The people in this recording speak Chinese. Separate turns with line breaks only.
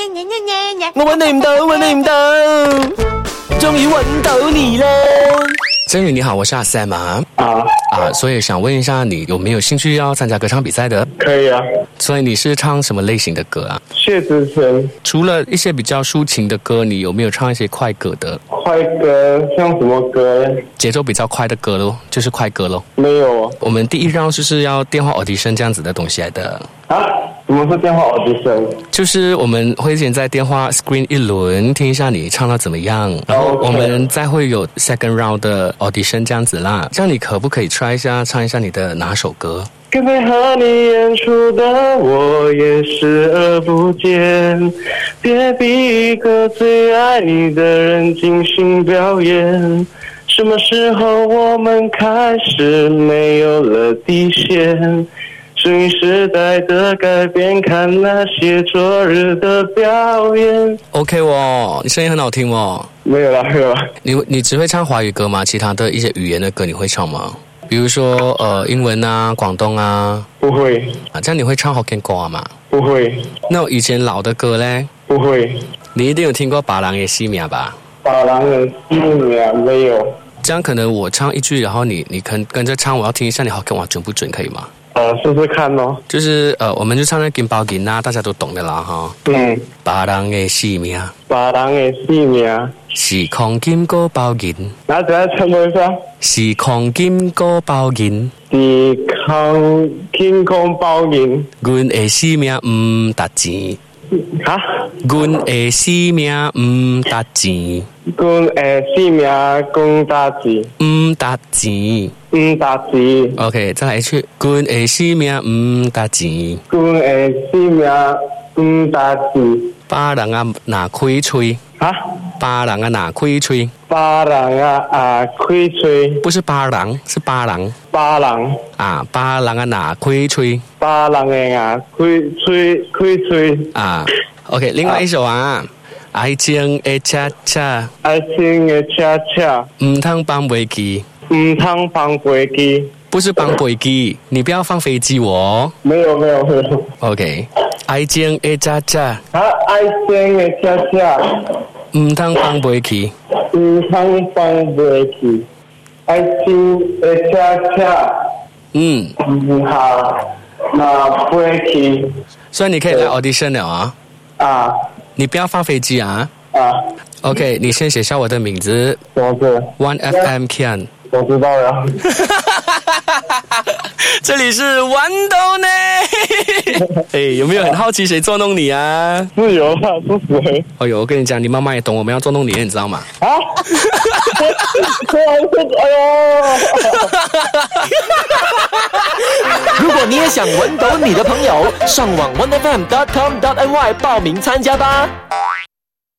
先。
我揾你唔到，揾你唔到，终于揾到你啦！
经理你好，我是阿 Sam 啊
啊，
啊，所以想问一下你有没有兴趣要参加歌唱比赛的？
可以啊，
所以你是唱什么类型的歌啊？
谢子成
除了一些比较抒情的歌，你有没有唱一些快歌的，
快歌像什么歌呢？
节奏比较快的歌咯？就是快歌咯。
没有
我们第一 round 就是要电话 audition 这样子的东西来的，
啊？什么是电话哦 audition？
就是我们会先在电话 screen 一轮，听一下你唱到怎么样，然后
OK
我们再会有 second round 的 audition 这样子啦。这样你可不可以 try 一下唱一下你的哪首歌？
刚才和你演出的我也视而不见，别逼一个最爱你的人进行表演。什么时候我们开始没有了底线？顺应时代的改变，看那些昨日的表演。
OK 哦，你声音很好听哦。
没有了，没有了。
你你只会唱华语歌吗？其他的一些语言的歌你会唱吗？比如说呃英文啊、广东啊，
不会，
啊这样你会唱 Hokkien 歌啊嘛？
不会，
那我以前老的歌嘞，
不会。
你一定有听过《把郎也西米亚》吧？
把狼人吸引啊，没有。
这样可能我唱一句，然后你你跟跟着唱，我要听一下你 Hokkien 话准不准，可以吗？
呃，试试看咯。
就是呃我们就唱那金包银啊，大家都懂的啦哈。
嗯，
把郎也西米亚，
把狼人吸引啊。
是空金歌包银，
拿起来唱一下。
是空金歌包银，
抵抗天空包银
阮的性命唔值钱。
啊！
阮的性命唔值钱，
阮诶性命讲大字，
唔值钱。
唔大字，
OK，再来一句。阮的性命唔值钱，
阮诶性命唔大字
把人啊拿开吹，
啊！
把人啊拿开吹，
巴人啊啊，开吹
不是把人，是把人
巴人，
啊，把人啊拿开吹
巴人诶啊，开吹开吹，
啊。OK，另外一首啊，爱情的恰恰
爱情诶恰恰，
唔通放飞机，
唔通放飞机。
不是放飞机，你不要放飞机哦。
没有没有没有
OK，爱情的恰恰
啊！爱情诶恰恰，
唔通放飞机。
唔通放飞机。爱情诶恰恰。
嗯。
嗯，好，那不会提
所以你可以来 audition 了啊！
啊
你不要放飞机啊
啊，
！OK，你先写下我的名字
什么事？
One FM Can，
我知道了。
这里是豌豆呢。哎，有没有很好奇谁捉弄你啊？
自由啊，是谁
哎呦，我跟你讲，你妈妈也懂我们要捉弄你，你知道吗？
啊？这这哎呦！
如果你也想揾到你的朋友，上网 onefm.com.ny 报名参加吧。